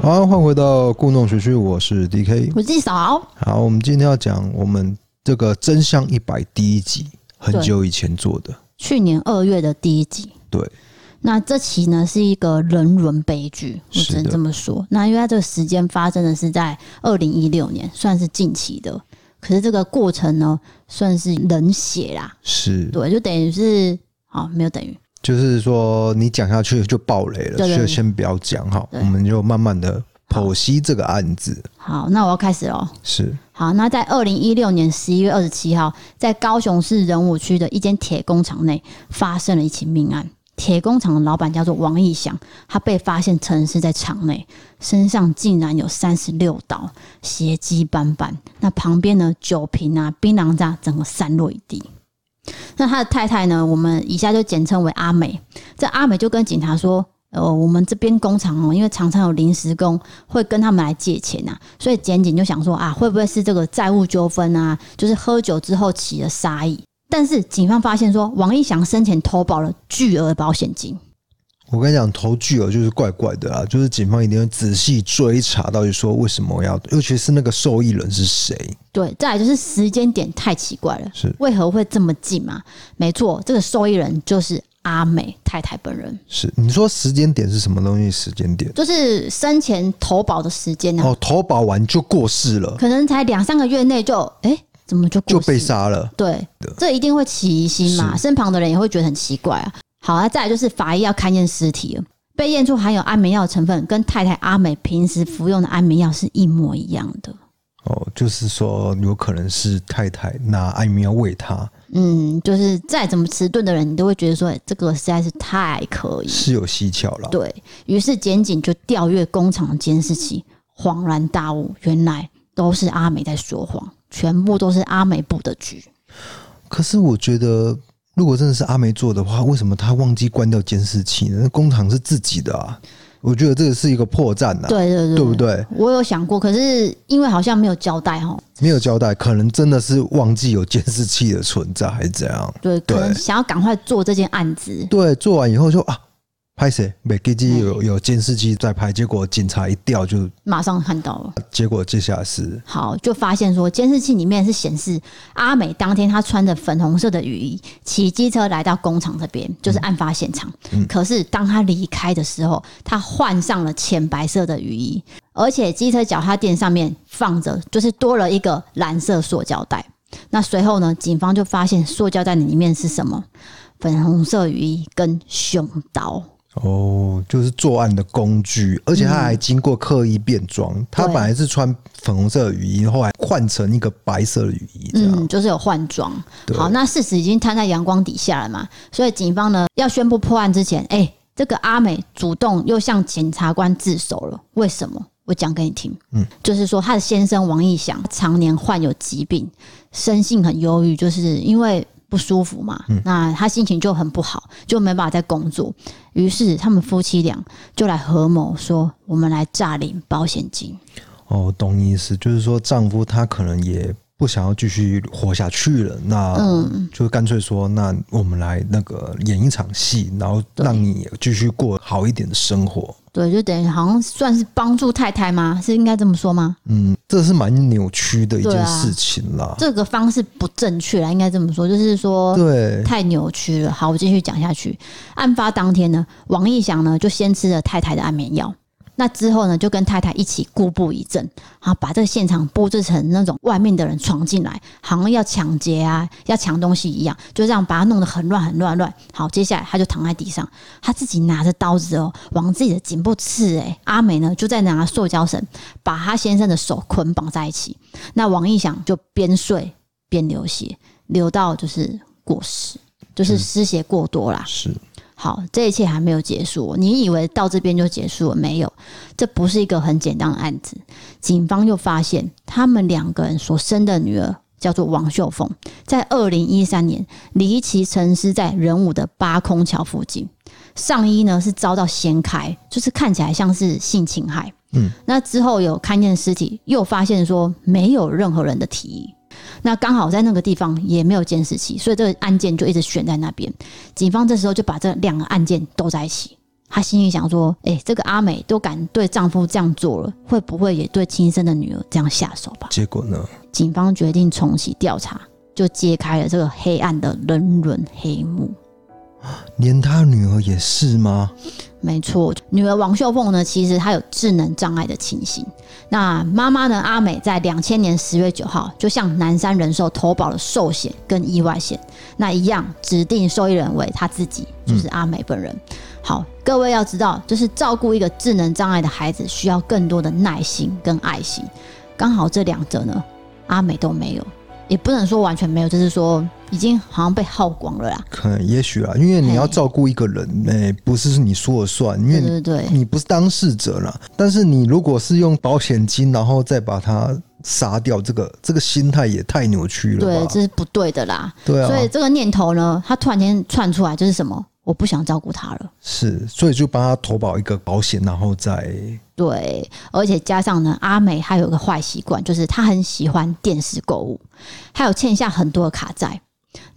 好，换回到故弄玄虚，我是 D K。我自己扫，好，我们今天要讲我们这个真相一百第一集，很对久以前做的。去年二月的第一集。对，那这期呢是一个人伦悲剧，我是只的能这么说。那因为它这个时间发生的是在二零一六年，算是近期的。可是这个过程呢，算是冷血啦，是，对，就等于是好没有等于，就是说你讲下去就爆雷了，对对所以对先不要讲哈，对我们就慢慢的剖析这个案子。好，那我要开始喽。是，好，那在二零一六年十一月二十七号，在高雄市仁武区的一间铁工厂内发生了一起命案。铁工厂的老板叫做王义祥，他被发现沉尸在厂内，身上竟然有三十六刀，血迹斑斑。那旁边呢，酒瓶啊、槟榔渣整个散落一地。那他的太太呢，我们以下就简称为阿美。这阿美就跟警察说：“呃，我们这边工厂哦，因为常常有临时工，会跟他们来借钱啊呐、所以检警就想说啊，会不会是这个债务纠纷啊？就是喝酒之后起了杀意。但是警方发现说，王一翔生前投保了巨额的保险金，我跟你讲，投巨额就是怪怪的啊，就是警方一定要仔细追查，到底说为什么要，尤其是那个受益人是谁。对，再来就是时间点太奇怪了，是为何会这么近嘛？没错，这个受益人就是阿美太太本人，是，你说时间点是什么东西？时间点？就是生前投保的时间呢、啊哦，投保完就过世了，可能才两三个月内就哎、怎么就过就世被了杀了。对的，这一定会起疑心嘛，身旁的人也会觉得很奇怪啊。好啊，再来就是法医要勘验尸体了，被验出含有安眠药的成分，跟太太阿美平时服用的安眠药是一模一样的。哦，就是说有可能是太太拿艾米要喂他，嗯，就是再怎么迟钝的人，你都会觉得说、哎这个实在是太可疑。是有蹊跷了。对于是，检警就调阅工厂的监视器，恍然大悟，原来都是阿美在说谎，全部都是阿美布的局。可是我觉得，如果真的是阿梅做的话，为什么他忘记关掉监视器呢？那工厂是自己的啊，我觉得这个是一个破绽呐、对对对，对不？对？我有想过，可是因为好像没有交代哦，没有交代，可能真的是忘记有监视器的存在，还是怎样？对，可能对想要赶快做这件案子。对，做完以后就啊，拍谁？美基基有有监视器在拍，结果警察一调就，马上看到了，结果接下来是好，就发现说监视器里面是显示阿美当天她穿着粉红色的雨衣，骑机车来到工厂这边，就是案发现场。可是当她离开的时候，她换上了浅白色的雨衣，而且机车脚踏垫上面放着就是多了一个蓝色塑胶袋。那随后呢，警方就发现塑胶袋里面是什么？粉红色雨衣跟凶刀。哦，就是作案的工具，而且他嗯还经过刻意变装。他本来是穿粉红色的雨衣，后来换成一个白色的雨衣，这样、嗯，就是有换装。对好，那事实已经摊在阳光底下了嘛，所以警方呢要宣布破案之前，哎、这个阿美主动又向检察官自首了，为什么？我讲给你听，嗯，就是说她的先生王义祥常年患有疾病，生性很忧郁，就是因为不舒服嘛，嗯那他心情就很不好，就没办法再工作。于是他们夫妻俩就来合谋说，我们来诈领保险金。哦，懂意思，就是说丈夫他可能也不想要继续活下去了，那嗯就干脆说，那我们来那个演一场戏，然后让你继续过好一点的生活。对，就等于好像算是帮助太太吗？是应该这么说吗？嗯，这是蛮扭曲的一对件啊事情啦。这个方式不正确啦，应该这么说，就是说对，太扭曲了。好，我继续讲下去。案发当天呢，王义祥呢就先吃了太太的安眠药，那之后呢就跟太太一起故布疑阵，然后把这个现场布置成那种外面的人闯进来，好像要抢劫啊，要抢东西一样，就这样把他弄得很乱很乱很乱。好，接下来他就躺在地上，他自己拿着刀子哦，往自己的颈部刺、欸。阿美呢就在拿塑胶绳把他先生的手捆绑在一起，那王义祥就边睡边流血，流到就是过失，就是失血过多啦。是好，这一切还没有结束哦。你以为到这边就结束了？没有，这不是一个很简单的案子。警方又发现，他们两个人所生的女儿叫做王秀凤，在二零一三年离奇沉尸在仁武的八空桥附近，上衣呢是遭到掀开，就是看起来像是性侵害。嗯，那之后有勘验尸体，又发现说没有任何人的提议。那刚好在那个地方也没有监视器，所以这个案件就一直悬在那边。警方这时候就把这两个案件都在一起，她心里想说：“哎、这个阿美都敢对丈夫这样做了，会不会也对亲生的女儿这样下手吧结果呢？？”警方决定重启调查，就揭开了这个黑暗的人伦黑幕。连他女儿也是吗？没错，女儿王秀凤呢，其实她有智能障碍的情形。那妈妈呢，阿美在两千年十月九号就向南山人寿投保了寿险跟意外险，那一样指定受益人为她自己，就是阿美本人。嗯好，各位要知道，就是照顾一个智能障碍的孩子，需要更多的耐心跟爱心。刚好这两者呢，阿美都没有，也不能说完全没有，就是说已经好像被耗光了啦。可能也许啦，因为你要嘿照顾一个人，哎、不是你说了算，因为对你对对，你不是当事者啦，但是你如果是用保险金，然后再把它杀掉，这个这个心态也太扭曲了对，吧？这是不对的啦。对所以啊，这个念头呢，他突然间窜出来，就是什么？我不想照顾他了。是，所以就帮他投保一个保险，然后再对，而且加上呢，阿美她有个坏习惯，就是她很喜欢电视购物，还有欠下很多的卡债。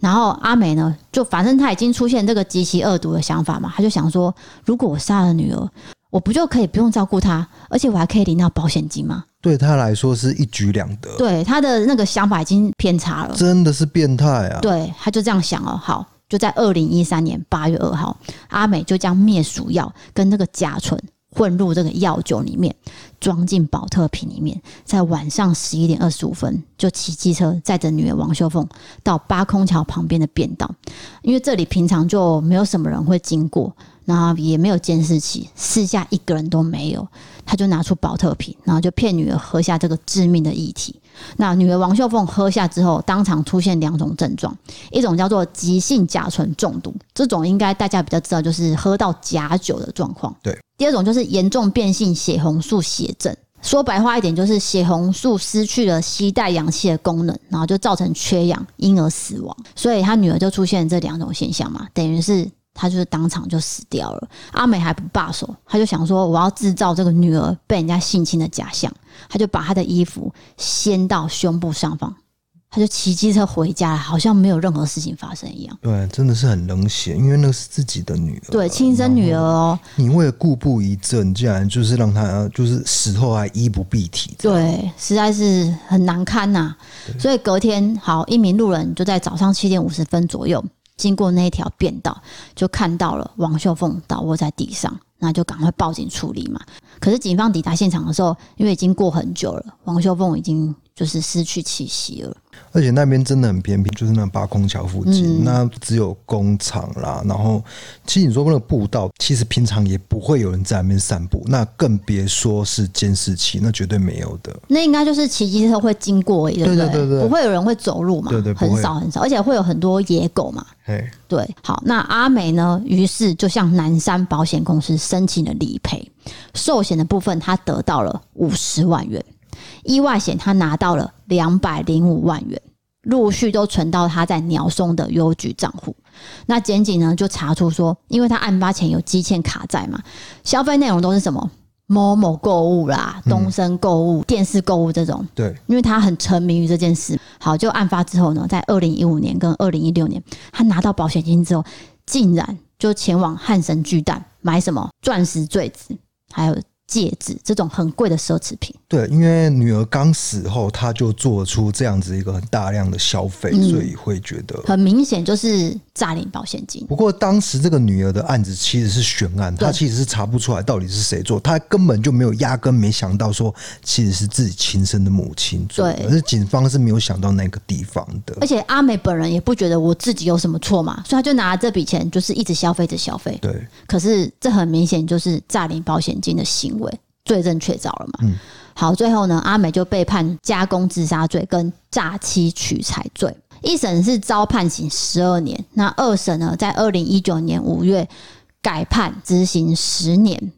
然后阿美呢，就反正她已经出现这个极其恶毒的想法嘛，她就想说，如果我杀了女儿，我不就可以不用照顾她，而且我还可以领到保险金吗？对他来说是一举两得，对，她的那个想法已经偏差了。真的是变态啊！对，他就这样想哦。好，就在二零一三年八月二号，阿美就将灭鼠药跟那个甲醇混入这个药酒里面，装进保特瓶里面，在晚上十一点二十五分就骑机车载着女儿王秀凤到八空桥旁边的便道，因为这里平常就没有什么人会经过。然后也没有监视器，四下一个人都没有，他就拿出保特瓶，然后就骗女儿喝下这个致命的液体。那女儿王秀凤喝下之后，当场出现两种症状，一种叫做急性甲醇中毒，这种应该大家比较知道，就是喝到假酒的状况。对。第二种就是严重变性血红素血症，说白话一点，就是血红素失去了吸带氧气的功能，然后就造成缺氧，因而死亡。所以她女儿就出现这两种现象嘛，等于是。她就是当场就死掉了，阿美还不罢手，她就想说我要制造这个女儿被人家性侵的假象，她就把她的衣服掀到胸部上方，他就骑机车回家了，好像没有任何事情发生一样。对，真的是很冷血，因为那是自己的女儿，对，啊亲生女儿哦，你为了固步一阵，竟然就是让她就是死后还衣不蔽体，对，实在是很难堪呐、所以隔天，好，一名路人就在早上七点五十分左右经过那一条便道，就看到了王秀凤倒卧在地上，那就赶快报警处理嘛。可是警方抵达现场的时候，因为已经过很久了，王秀凤已经就是失去气息了。而且那边真的很偏僻，就是那八空桥附近，嗯那只有工厂啦。然后，其实你说那个步道，其实平常也不会有人在那边散步，那更别说是监视器，那绝对没有的。那应该就是骑机车会经过而已，对不对对对对不会有人会走路嘛，对对不会很少很少，而且会有很多野狗嘛，嘿，对，好，那阿美呢？于是就向南山保险公司申请了理赔，寿险的部分她得到了五十万元，意外险她拿到了两百零五万元，陆续都存到她在鸟松的邮局账户。那检警呢就查出说，因为她案发前有积欠卡债嘛，消费内容都是什么某某购物啦、东升购物、电视购物这种，对，因为他很沉迷于这件事。好，就案发之后呢，在二零一五年跟二零一六年，他拿到保险金之后，竟然就前往汉神巨蛋买什么钻石坠子，还有戒指这种很贵的奢侈品。对，因为女儿刚死后，她就做出这样子一个很大量的消费，嗯所以会觉得。很明显就是诈领保险金。不过当时这个女儿的案子其实是悬案，她对其实是查不出来到底是谁做，她根本就没有压根没想到说其实是自己亲生的母亲做的，对而是警方是没有想到那个地方的。而且阿美本人也不觉得我自己有什么错嘛，所以他就拿这笔钱就是一直消费着消费。对，可是这很明显就是诈领保险金的行为，罪证确凿了嘛。嗯好，最后呢，阿美就被判加工自杀罪跟诈欺取财罪。一审是遭判刑十二年，那二审呢，在二零一九年五月改判执行十年。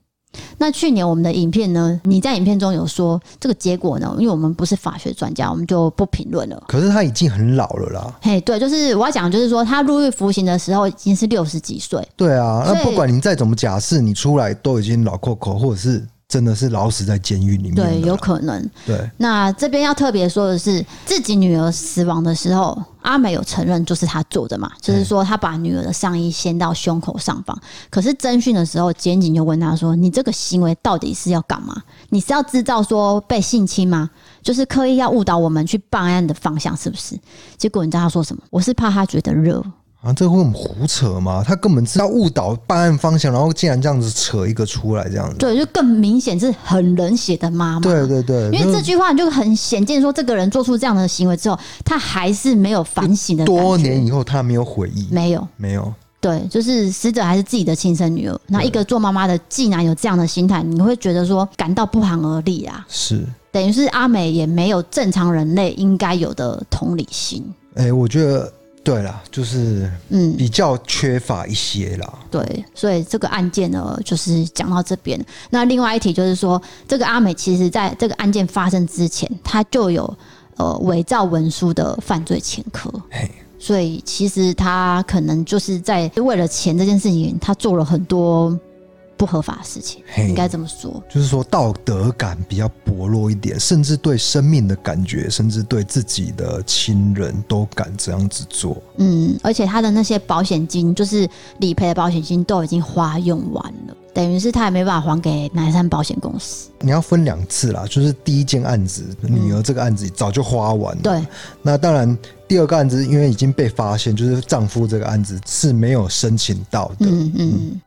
那去年我们的影片呢，你在影片中有说这个结果呢，因为我们不是法学专家，我们就不评论了。可是她已经很老了啦。嘿，对，就是我要讲，就是说他入狱服刑的时候已经是六十几岁，对啊，那所以不管你再怎么假释，你出来都已经老扣扣，或者是真的是老死在监狱里面对，的有啦。可能。对那这边要特别说的是，自己女儿死亡的时候，阿美有承认就是她做的嗯嘛，就是说她把女儿的上衣掀到胸口上方。可是侦讯的时候，检警就问她说：“你这个行为到底是要干嘛？你是要制造说被性侵吗？就是刻意要误导我们去办案的方向，是不是？”结果你知道她说什么？我是怕她觉得热。啊，这会很胡扯吗？他根本知道误导办案方向，然后竟然这样子扯一个出来，这样子。对，就更明显是很冷血的妈妈。对对对，因为这就句话你就很显见说，这个人做出这样的行为之后，他还是没有反省的感觉。多年以后他没有悔意，没有，没有。对，就是死者还是自己的亲生女儿。那一个做妈妈的，既然有这样的心态，你会觉得说感到不寒而栗啊。是，等于是阿美也没有正常人类应该有的同理心。哎、我觉得对啦，就是嗯，比较缺乏一些啦。对，所以这个案件呢，就是讲到这边。那另外一题就是说，这个阿美其实在这个案件发生之前，她就有呃伪造文书的犯罪前科嘿。所以其实她可能就是在为了钱这件事情，她做了很多不合法的事情，嘿应，该这么说。就是说道德感比较薄弱一点，甚至对生命的感觉，甚至对自己的亲人都敢这样子做。嗯，而且她的那些保险金，就是理赔的保险金都已经花用完了，等于是她也没办法还给南山保险公司。你要分两次啦，就是第一件案子，女儿这个案子早就花完了。对，那当然，第二个案子因为已经被发现，就是丈夫这个案子是没有申请到的。嗯嗯，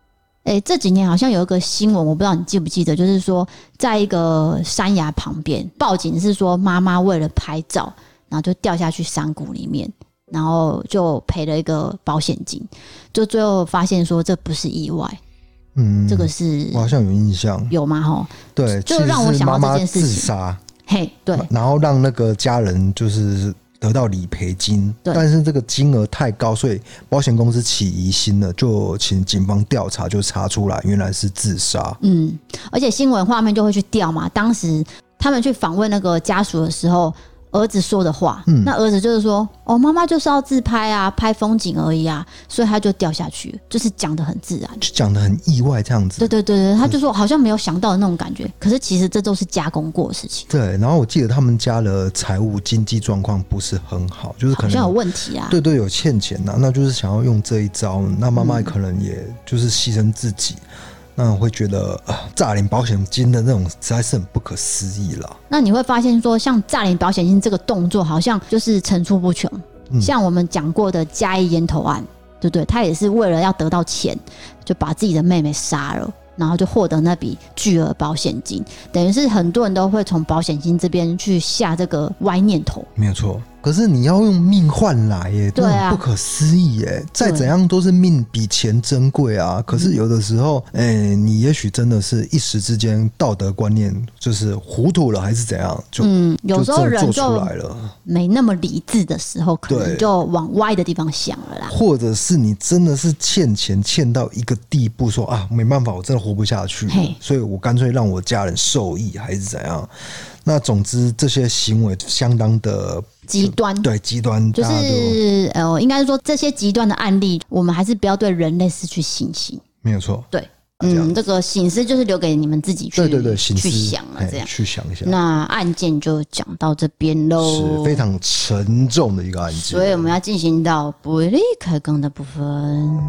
哎、这几年好像有一个新闻，我不知道你记不记得，就是说在一个山崖旁边，报警是说妈妈为了拍照，然后就掉下去山谷里面，然后就赔了一个保险金，就最后发现说这不是意外，嗯，这个是我好像有印象。有吗？吼，对，就其实让我是想到妈这妈件事自情杀，嘿，对，然后让那个家人就是得到理赔金，对但是这个金额太高，所以保险公司起疑心了，就请警方调查，就查出来原来是自杀。嗯，而且新闻画面就会去调嘛。当时他们去访问那个家属的时候，儿子说的话，嗯那儿子就是说：“哦，妈妈就是要自拍啊，拍风景而已啊。”所以他就掉下去了，就是讲的很自然。就讲的很意外这样子对，对对对，他就说好像没有想到的那种感觉，可是其实这都是加工过的事情，对。然后我记得他们家的财务经济状况不是很好，就是可好像有能问题啊。对对有欠钱呐、那就是想要用这一招。那妈妈可能也就是牺牲自己，那我会觉得啊，诈领保险金的那种实在是很不可思议啦。那你会发现说，像诈领保险金这个动作，好像就是层出不穷。嗯像我们讲过的嘉义烟头案，对不对？他也是为了要得到钱，就把自己的妹妹杀了，然后就获得那笔巨额保险金。等于是很多人都会从保险金这边去下这个歪念头。没有错。可是你要用命换来耶，对啊这种不可思议耶！再对怎样都是命比钱珍贵啊。可是有的时候，哎、你也许真的是一时之间道德观念就是糊涂了，还是怎样，就、嗯，有就时候真的人做出就来了，没那么理智的时候，可能对就往歪的地方想了啦。或者是你真的是欠钱欠到一个地步说啊，没办法，我真的活不下去嘿，所以我干脆让我家人受益，还是怎样？那总之这些行为相当的极端对极端，嗯就大家都是呃，应该是说这些极端的案例，我们还是不要对人类失去信心。没有错。对，啊这样嗯，这个醒思就是留给你们自己去对对对，醒去思想了哎这样。去想一下，那案件就讲到这边是喽，非常沉重的一个案件。所以我们要进行到不利开更的部分。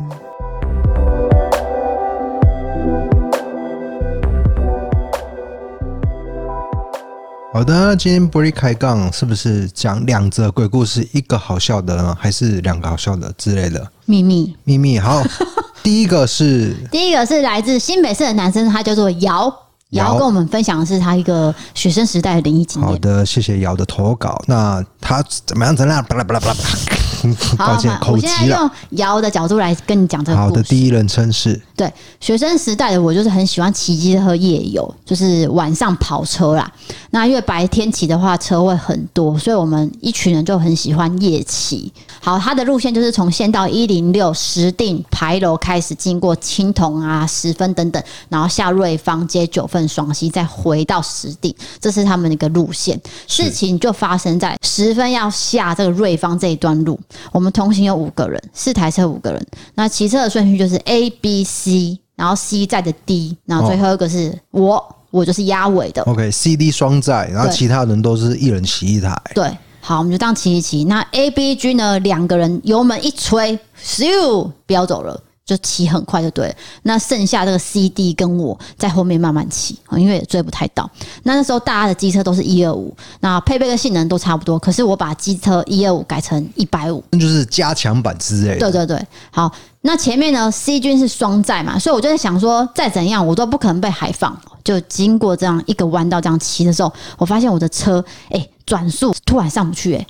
好的，今天不利开杠是不是讲两则鬼故事，一个好笑的呢，还是两个好笑的之类的秘密，秘密？好， 第一个是第一个是来自新北市的男生，他叫做姚。姚姚跟我们分享的是他一个学生时代的灵异经好验。的，谢谢瑶的投稿。那他怎么样？怎么样？巴拉巴拉巴拉巴拉，抱歉，我口现在急了。用姚的角度来跟你讲这个故好事。的，第一人称是对，学生时代的我就是很喜欢骑机车夜游，就是晚上跑车啦。那因为白天骑的话车会很多，所以我们一群人就很喜欢夜骑。好，它的路线就是从县道一零六石定牌楼开始，经过青铜啊、十分等等，然后下瑞芳街、九份、双溪，再回到石定，这是他们的一个路线。事情就发生在十分要下这个瑞芳这一段路，我们同行有五个人，四台车五个人。那骑车的顺序就是 A、B、C，然后 C 再的 D，然后最后一个是我。我就是压尾的。 OK，CD 双载，然后对其他人都是一人骑一台。对，好，我们就这样骑一骑。那 A、B、G 呢，两个人油门一吹，咻，飙走了。就骑很快就对了，那剩下这个 C D 跟我在后面慢慢骑，哦因为也追不太到。那那时候大家的机车都是一二五，那配备跟性能都差不多，可是我把机车一二五改成一百五，那就是加强版之类的。对对对，好，那前面呢，C 军是双载嘛，所以我就在想说，再怎样我都不可能被海放。就经过这样一个弯道这样骑的时候，我发现我的车哎转、速突然上不去、哎，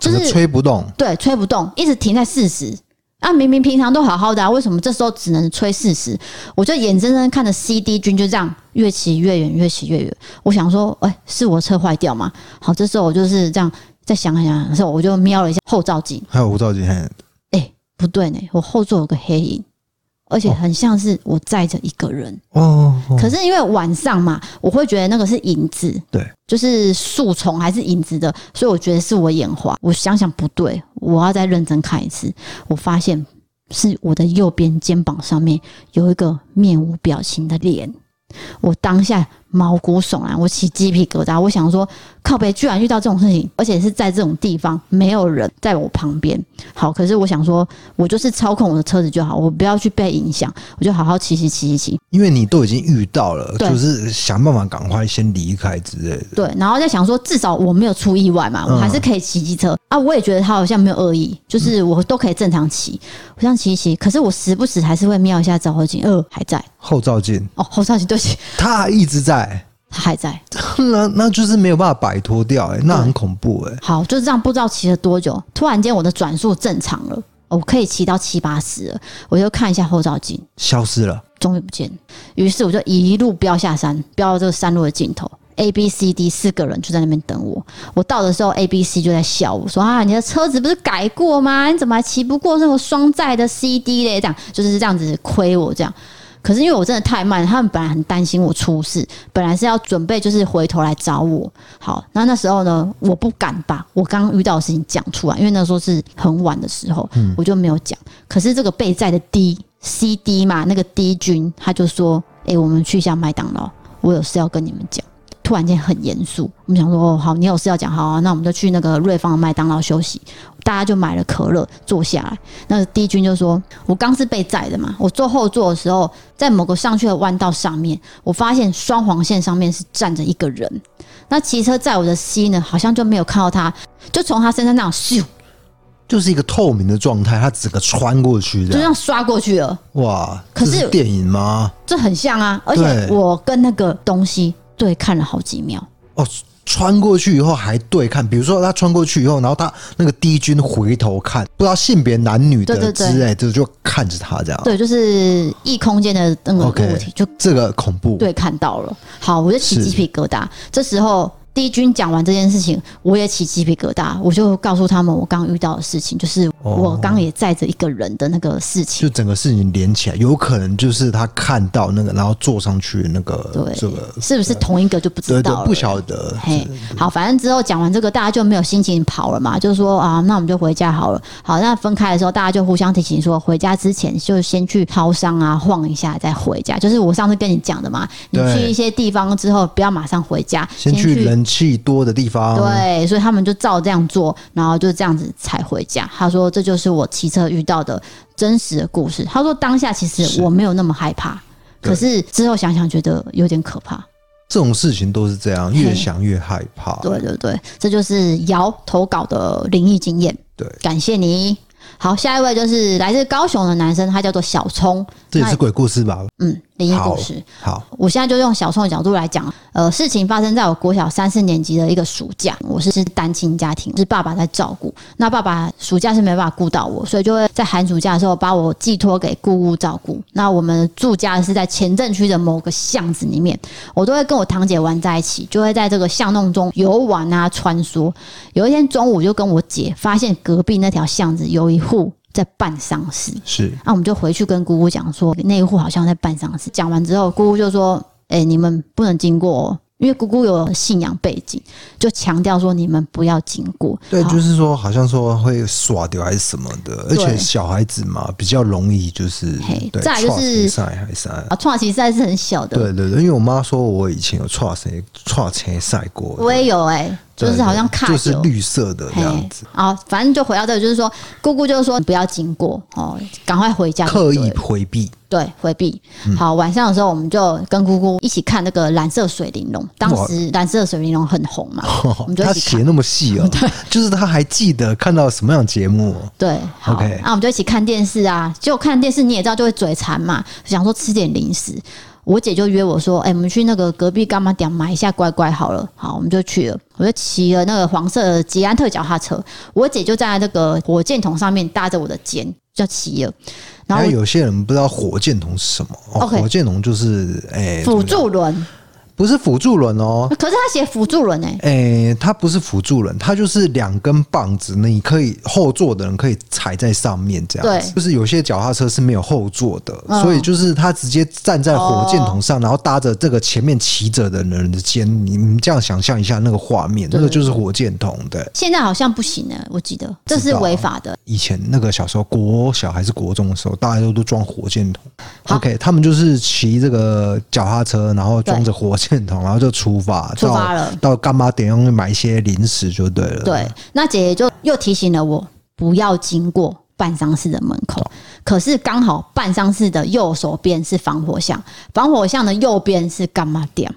就整个是吹不动，对吹不动，一直停在四十。啊，明明平常都好好的、啊，为什么这时候只能吹四十？我就眼睁睁看着 C D 军就这样越骑越远，越骑越远。我想说，哎、是我车坏掉吗？好，这时候我就是这样再想一想的时候，我就瞄了一下后照镜，还有吴兆杰，嘿哎、不对呢，我后座有个黑影，而且很像是我载着一个人。哦，哦可是因为晚上嘛，我会觉得那个是影子，对，就是树丛还是影子的，所以我觉得是我眼花。我想想不对，我要再认真看一次。我发现是我的右边肩膀上面有一个面无表情的脸。我当下毛骨悚然，我起鸡皮疙瘩。我想说，靠北居然遇到这种事情，而且是在这种地方，没有人在我旁边。好，可是我想说，我就是操控我的车子就好，我不要去被影响，我就好好骑骑骑骑骑。因为你都已经遇到了，对就是想办法赶快先离开之类的。对，然后在想说，至少我没有出意外嘛，我还是可以骑机车、啊。我也觉得他好像没有恶意，就是我都可以正常骑，我这样骑一骑。可是我时不时还是会瞄一下照后镜，呃，还在后照镜哦，后照镜，对不起， 他还一直在， 他还在。那那就是没有办法摆脱掉、欸，那很恐怖哎、好，就这样，不知道骑了多久，突然间我的转速正常了，哦我可以骑到七八十了，我就看一下后照镜，消失了。终于不见了。于是我就一路飙下山，飙到这个山路的尽头。A、B、C、D 四个人就在那边等我。我到的时候，A、B、C 就在笑我说：“啊，你的车子不是改过吗？你怎么还骑不过那个双载的 C、D 嘞？”这样就是这样子亏我这样。可是因为我真的太慢，他们本来很担心我出事，本来是要准备就是回头来找我。好，那那时候呢，我不敢把我刚刚遇到的事情讲出来，因为那时候是很晚的时候，我就没有讲。可是这个被载的 D C D 嘛，那个 D 君他就说：“诶，我们去一下麦当劳，我有事要跟你们讲。”突然间很严肃，我们想说：“哦，好，你有事要讲，好、啊，那我们就去那个瑞芳的麦当劳休息。”大家就买了可乐，坐下来。那个 D 君就说：“我刚是被载的嘛，我坐后座的时候，在某个上去的弯道上面，我发现双黄线上面是站着一个人。那骑车载我的 C 呢，好像就没有看到他，就从他身上那样咻，就是一个透明的状态，它整个穿过去就这这样，样刷过去了。哇！啊可这是是电影吗？这很像啊，而且对我跟那个东西对看了好几秒，哦，穿过去以后还对看，比如说他穿过去以后，然后他那个敌军回头看，不知道性别男女对对的之对类的，就看着他这样。对，就是异空间的那个物体啊 OK 就这个恐怖，对看到了。好，我就起是鸡皮疙瘩。这时候帝君讲完这件事情，我也起鸡皮疙瘩，我就告诉他们我刚遇到的事情，就是我刚也载着一个人的那个事情。哦就整个事情连起来，有可能就是他看到那个，然后坐上去那个对，这个，是不是同一个就不知对道对了？，不晓得，嘿，好，反正之后讲完这个，大家就没有心情跑了嘛，就说啊，那我们就回家好了。好，那分开的时候，大家就互相提醒说，回家之前就先去超商啊晃一下，再回家。就是我上次跟你讲的嘛，你对去一些地方之后，不要马上回家，先去人气多的地方，对，所以他们就照这样做，然后就这样子才回家。他说这就是我骑车遇到的真实的故事。他说当下其实是我没有那么害怕，对可是之后想想觉得有点可怕。这种事情都是这样，越想越害怕。对对对，这就是姚投稿的灵异经验。对感谢你。好，下一位就是来自高雄的男生，他叫做小聪。这也那是鬼故事吧？嗯，灵异好故事。好，我现在就用小宋的角度来讲，呃，事情发生在我国小三四年级的一个暑假，我是是单亲家庭，是爸爸在照顾。那爸爸暑假是没办法顾到我，所以就会在寒暑假的时候把我寄托给姑姑照顾。那我们住家是在前镇区的某个巷子里面，我都会跟我堂姐玩在一起，就会在这个巷弄中游玩啊穿梭。有一天中午就跟我姐发现隔壁那条巷子有一户在办丧事，是那、我们就回去跟姑姑讲说，那一户好像在办丧事。讲完之后，姑姑就说：“哎、你们不能经过、哦。”因为姑姑有信仰背景，就强调说你们不要经过。对，好就是说好像说会耍掉还是什么的，而对且小孩子嘛比较容易就是嘿对，再来就是赛还是啊，创奇赛是很小的，对对对，因为我妈说我以前有跨谁跨前赛过，我也有哎、对就是好像卡就是有绿色的这样嘿子，，好，反正就回到这里，就是说姑姑就说不要经过哦，赶快回家就刻对了，意嗯回 避。对回避。好，晚上的时候我们就跟姑姑一起看那个蓝色水玲珑，当哇时蓝色水玲珑很 红嘛，我们就她一起写看。那么细 哦，就是她还记得看到什么样的节目哦、对，好，那 OK 我们就一起看电视啊。结果看电视你也知道就会嘴馋嘛，想说吃点零食。我姐就约我说：“哎、我们去那个隔壁干妈店买一下乖乖好了。”好，我们就去了。我就骑了那个黄色的捷安特脚踏车，我姐就在那个火箭筒上面搭着我的肩就骑了，然然后后我有些人不知道火箭筒是什么，哦 OK 火箭筒就是哎、怎辅么助轮。讲不是辅助轮哦，可是他写辅助轮哎、诶、它不是辅助人，它就是两根棒子，你可以后座的人可以踩在上面这样子。对就是有些脚踏车是没有后座的，嗯所以就是他直接站在火箭筒上，然后搭着这个前面骑着的人的肩。你们这样想象一下那个画面，那个就是火箭筒的。现在好像不行了，我记得这知是道啊违法的。以前那个小时候，国小还是国中的时候，大家都都装火箭筒。好 OK，他们就是骑这个脚踏车，然后装着火箭筒，然后就出发， 出发了到到干妈点用买一些零食就对了。对，那姐姐就又提醒了我不要经过办丧事的门口，可是刚好办丧事的右手边是防火巷，防火巷的右边是干妈店。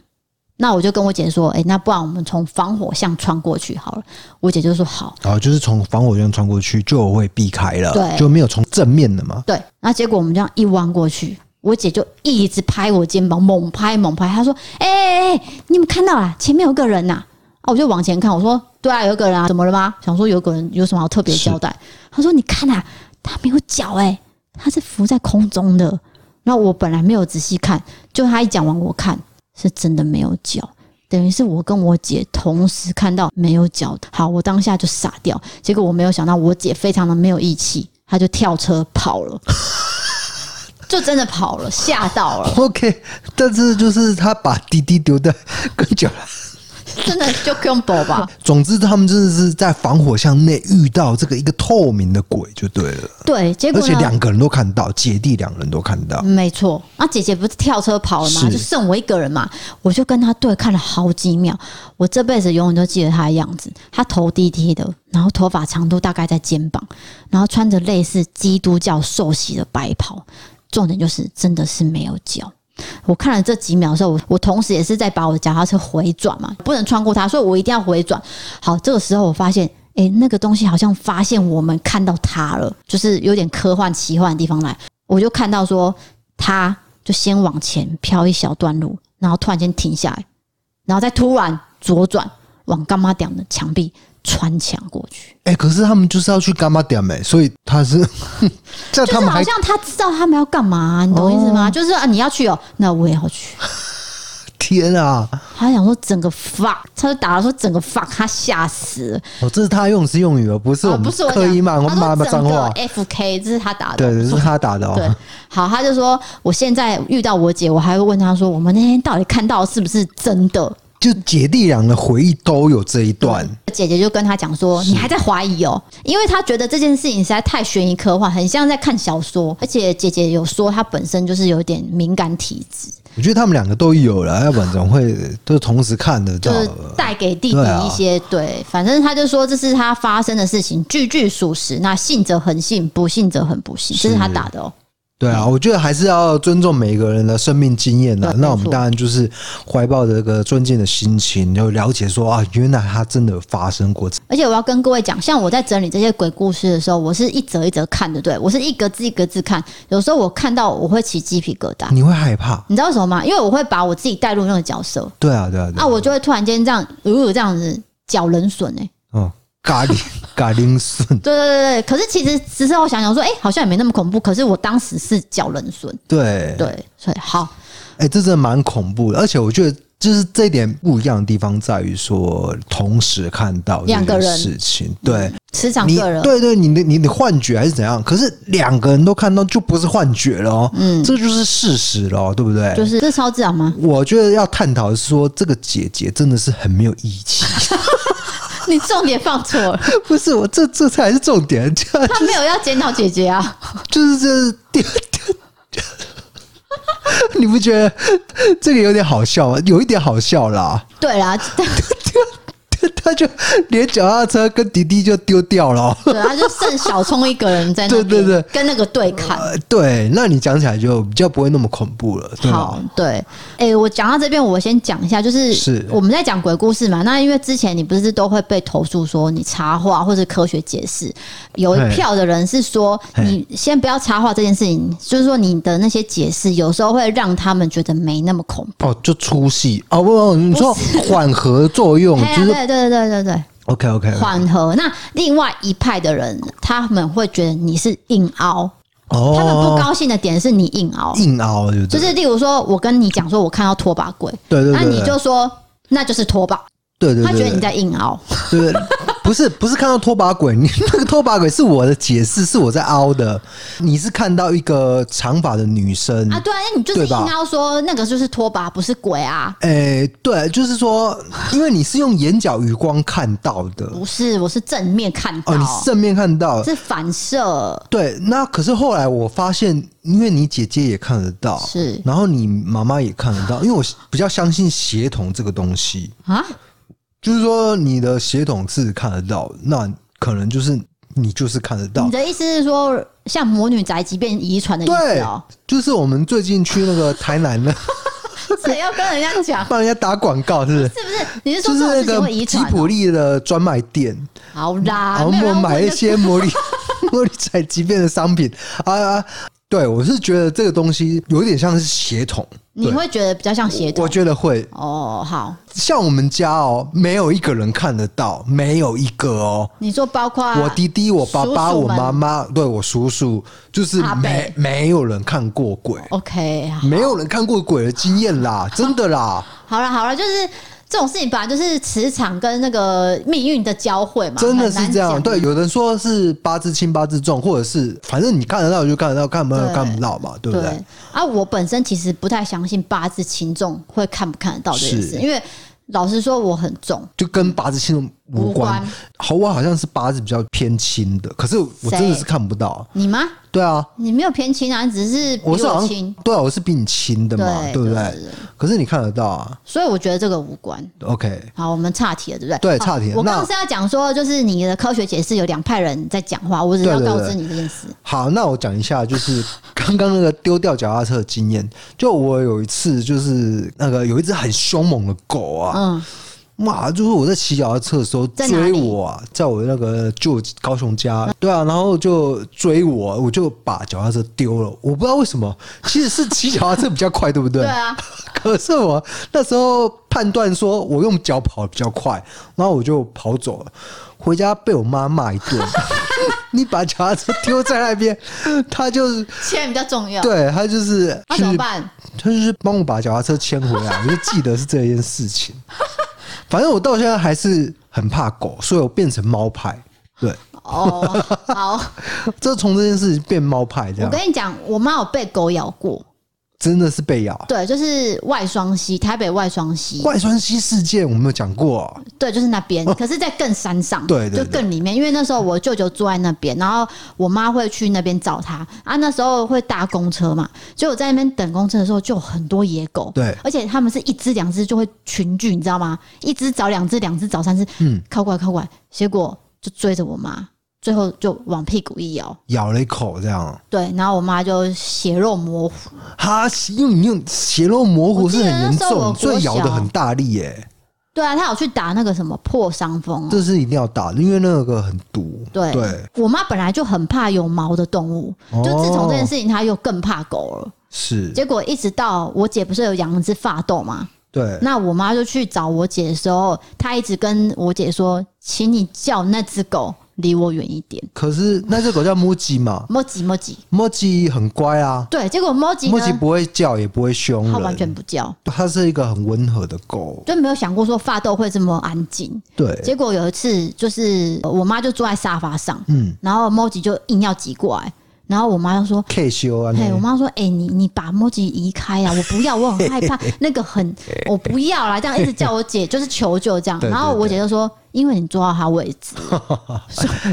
那我就跟我姐说，哎、那不然我们从防火巷穿过去好了。我姐就说好，然后就是从防火圈穿过去就会避开了，对就没有从正面的嘛。 对。那结果我们这样一弯过去，我姐就一直拍我肩膀，猛拍猛拍。她说：“哎哎哎，你们看到啦，前面有个人呐、啊！”我就往前看，我说：“对啊，有个人啊，怎么了吗？”想说有个人有什么好特别交代？她说：“你看啊，他没有脚哎、他是浮在空中的。”然后我本来没有仔细看，就他一讲完我看，是真的没有脚。等于是我跟我姐同时看到没有脚的，好，我当下就傻掉。结果我没有想到，我姐非常的没有义气，她就跳车跑了， 就真的跑了，吓到了， OK，但是就是他把滴滴丢在跟脚踏，真的就 combo 吧。总之他们真的是在防火巷内遇到这个一个透明的鬼就对了，对，结而果且呢？两个人都看到，姐弟两人都看到。没错，那姐姐不是跳车跑了吗？是就剩我一个人嘛，我就跟她对看了好几秒，我这辈子永远都记得她的样子。她头低低的，然后头发长度大概在肩膀，然后穿着类似基督教受洗的白袍，重点就是真的是没有脚。我看了这几秒的时候，我我同时也是在把我的脚踏车回转嘛，不能穿过它，所以我一定要回转。好，这个时候我发现，诶，那个东西好像发现我们看到它了，就是有点科幻奇幻的地方来。我就看到说，它就先往前飘一小段路，然后突然间停下来，然后再突然左转往干妈店的墙壁穿墙过去。哎、可是他们就是要去干妈点哎，所以他 是这就他是们好还像他知道他们要干嘛、你懂我意思吗？就是啊，你要去哦，那我也要去。天啊！他想说整个 fuck，他就打了说整个 fuck，他吓死了。哦，这是他用词用语哦，不是我啊，不们是我刻意骂我们讲，骂他骂说脏整个话。 F K，这是他打的。对，对，是他打的对哦。，好，他就说，我现在遇到我姐，我还会问她说，我们那天到底看到是不是真的？就姐弟俩的回忆都有这一段。姐姐就跟他讲说：“你还在怀疑哦，因为她觉得这件事情实在太悬疑科幻，很像在看小说。而且姐姐有说她本身就是有点敏感体质，我觉得他们两个都有了，要不然怎么会都同时看得就到？是带给弟弟对啊一些对,、反正他就说这是他发生的事情，句句属实。那信则恒信，不信则很不信，这是他打的哦。对啊，我觉得还是要尊重每个人的生命经验的。对那我们没错当然就是怀抱着这个尊敬的心情，就了解说啊，原来它真的发生过。而且我要跟各位讲，像我在整理这些鬼故事的时候，我是一则一则看的，对我是一格字一格字看。有时候我看到我会起鸡皮疙瘩，你会害怕？你知道为什么吗？因为我会把我自己带入那个角色。”对啊，对啊，对啊，啊。我就会突然间这样，如、呃、这样子搅人笋哎、哦，咖 喱咖喱笋，对对对对，可是其实只是我想想说，哎、好像也没那么恐怖，可是我当时是搅人笋，对，对，所以好，哎、这真的蛮恐怖的。而且我觉得就是这一点不一样的地方在于说，同时看到这两个件人事情，对磁场你，个人，对对，你的你的幻觉还是怎样？可是两个人都看到，就不是幻觉了哦，嗯，这就是事实了哦，对不对？就是这是超自 然吗？我觉得要探讨的是说，这个姐姐真的是很没有义 气，你重点放错了，不是我这这才是重点，就他没有要检讨姐姐啊，就是这 第二你不觉得这个有点好笑吗？有一点好笑啦， 对啦，他他就连脚踏车跟迪迪就丢掉了哦、 对，他就剩小聪一个人在那边，对对对跟那个对砍。呃，对，那你讲起来就比较不会那么恐怖了，对啊好吧？，对，哎、我讲到这边，我先讲一下，就是是我们在讲鬼故事嘛。那因为之前你不是都会被投诉说你插话或者科学解释，有一嘿票的人是说嘿你先不要插话这件事情，就是说你的那些解释有时候会让他们觉得没那么恐怖。哦，就出戏哦，不不，你说缓和作 用哎哦呀就是呃对对对对对 OK OK 对，缓和。那另外一派的人，他们会觉得你是硬凹，哦，他们不高兴的点是你硬凹，硬凹就就是例如说，我跟你讲说，我看到拖把鬼，对对对，那你对就说那就是拖把，对对，他对嗯觉得你在硬凹，对，对不是不是看到拖把鬼， 你那个拖把鬼是我的解释，是我在凹的。你是看到一个长发的女生啊，对啊，那你就是对硬吧凹说那个就是拖把，不是鬼啊，诶、哎对，就是说，因为你是用眼角余光看到的，哦不是，我是正面看到哦，你，是正面看到，是反射，对。那可是后来我发现，因为你姐姐也看得到，是然后你妈妈也看得到，因为我比较相信协同这个东西，啊，就是说你的协同是看得到，那可能就是你就是看得到你，的意思是说像魔女宅急便遗传的意思对哦，，就是我们最近去那个台南呢，谁要跟人家 讲？帮人家打广告，是不是？是不是？你是就说是这那个种事情会遗吉传普哦？力的专卖店，好啦然，后没有我人们问买一这个些 魔力魔力采集变的商品啊啊！对，我是觉得这个东西有点像是血统，你对会觉得比较像邪我同觉得会哦。好，像我们家哦，没有一个人看得到，没有一个哦。你说包括我弟弟、我爸爸、啊叔叔我们妈妈，对我叔叔，就是阿伯没没有人看过鬼， OK 好没有人看过鬼的经验啦，真的啦。好了好了，就是这种事情本来就是磁场跟那个命运的交汇嘛，真的啊很是难这样，讲欸对，。有人说是八字轻八字重，或者是反正你看得到就看得到，看不到对就看不到嘛，对不对？对啊，我本身其实不太相信八字轻重会看不看得到这件事，是因为老实说我很重，就跟八字轻重无无关关。好，我好像是八字比较偏轻的，可是我真的谁是看不到。你吗？对啊，你没有偏轻啊，你只是比我是好像轻，对啊，我是比你轻的嘛，对对不对对？可是你看得到啊所以我觉得这个无关。 ，OK，好，我们岔题了，对不对？对好岔题了我刚那刚是要讲说，就是你的科学解释有两派人在讲话，我只是要对对告对知你这件事。好，那我讲一下，就是刚刚那个丢掉脚踏车的经验。就我有一次，就是那个有一只很凶猛的狗啊，嗯，哇！就是我在骑脚踏车的时候在哪追里嗯我啊，在我那个旧高雄家，对啊，然后就追我，我就把脚踏车丢了。我不知道为什么，其实是骑脚踏车比较快，对不对？ 对啊，可是我那时候判断说我用脚跑比较快，然后我就跑走了，回家被我妈骂一 顿。 你把脚踏车丢在那边，他就是钱比较重要。对他就是那去怎么办？他就是帮我把脚踏车牵回来，我就记得是这件事情。 反正我到现在还是很怕狗，所以我变成猫派。对， 哦，好。这从这件事情变猫派这我样，跟你讲，我妈有被狗咬过，真的是被咬。对，就是外双溪，台北外双溪，外双溪事件我没有讲过、对，就是那边，可是，在更山上，哦对对对就更里面，因为那时候我舅舅住在那边，然后我妈会去那边找他啊，那时候会搭公车嘛，所以我在那边等公车的时候，就有很多野狗，对而且他们是一只两只就会群聚，你知道吗？一只找两只，两只找三只，嗯，靠过来靠过来，结果就追着我妈，最后就往屁股一咬，咬了一口这样。对，然后我妈就血肉模糊。哈，因为你用血肉模糊是很严我记得那时候我重，所以咬国的小很大力耶、对啊，他有去打那个什么破伤风、哦。这是一定要打的，因为那个很毒。对，我妈本来就很怕有毛的动物，哦就自从这件事情，她又更怕狗了。是，结果一直到我姐不是有养一只发豆嘛，对，那我妈就去找我姐的时候，她一直跟我姐说，请你叫那只狗离我远一点。可是那只狗叫 Muji 嘛莫吉莫吉， ，Muji 很乖啊对，结果莫吉，Muji 呢，不会叫也不会凶它完全人，不叫，它是一个很温和的狗。就没有想过说发豆会这么安静。对，结果有一次，就是呃我妈就坐在沙发上，嗯然后莫吉就硬要挤过来，然后我妈就说，K 修啊，：“嘿，我妈说，哎、你你把莫吉移开啊，我不要，我很害 怕，那个很，我不要啦，这样一直叫我姐，就是求救这样。对对然后我姐就说，因为你坐到她位置，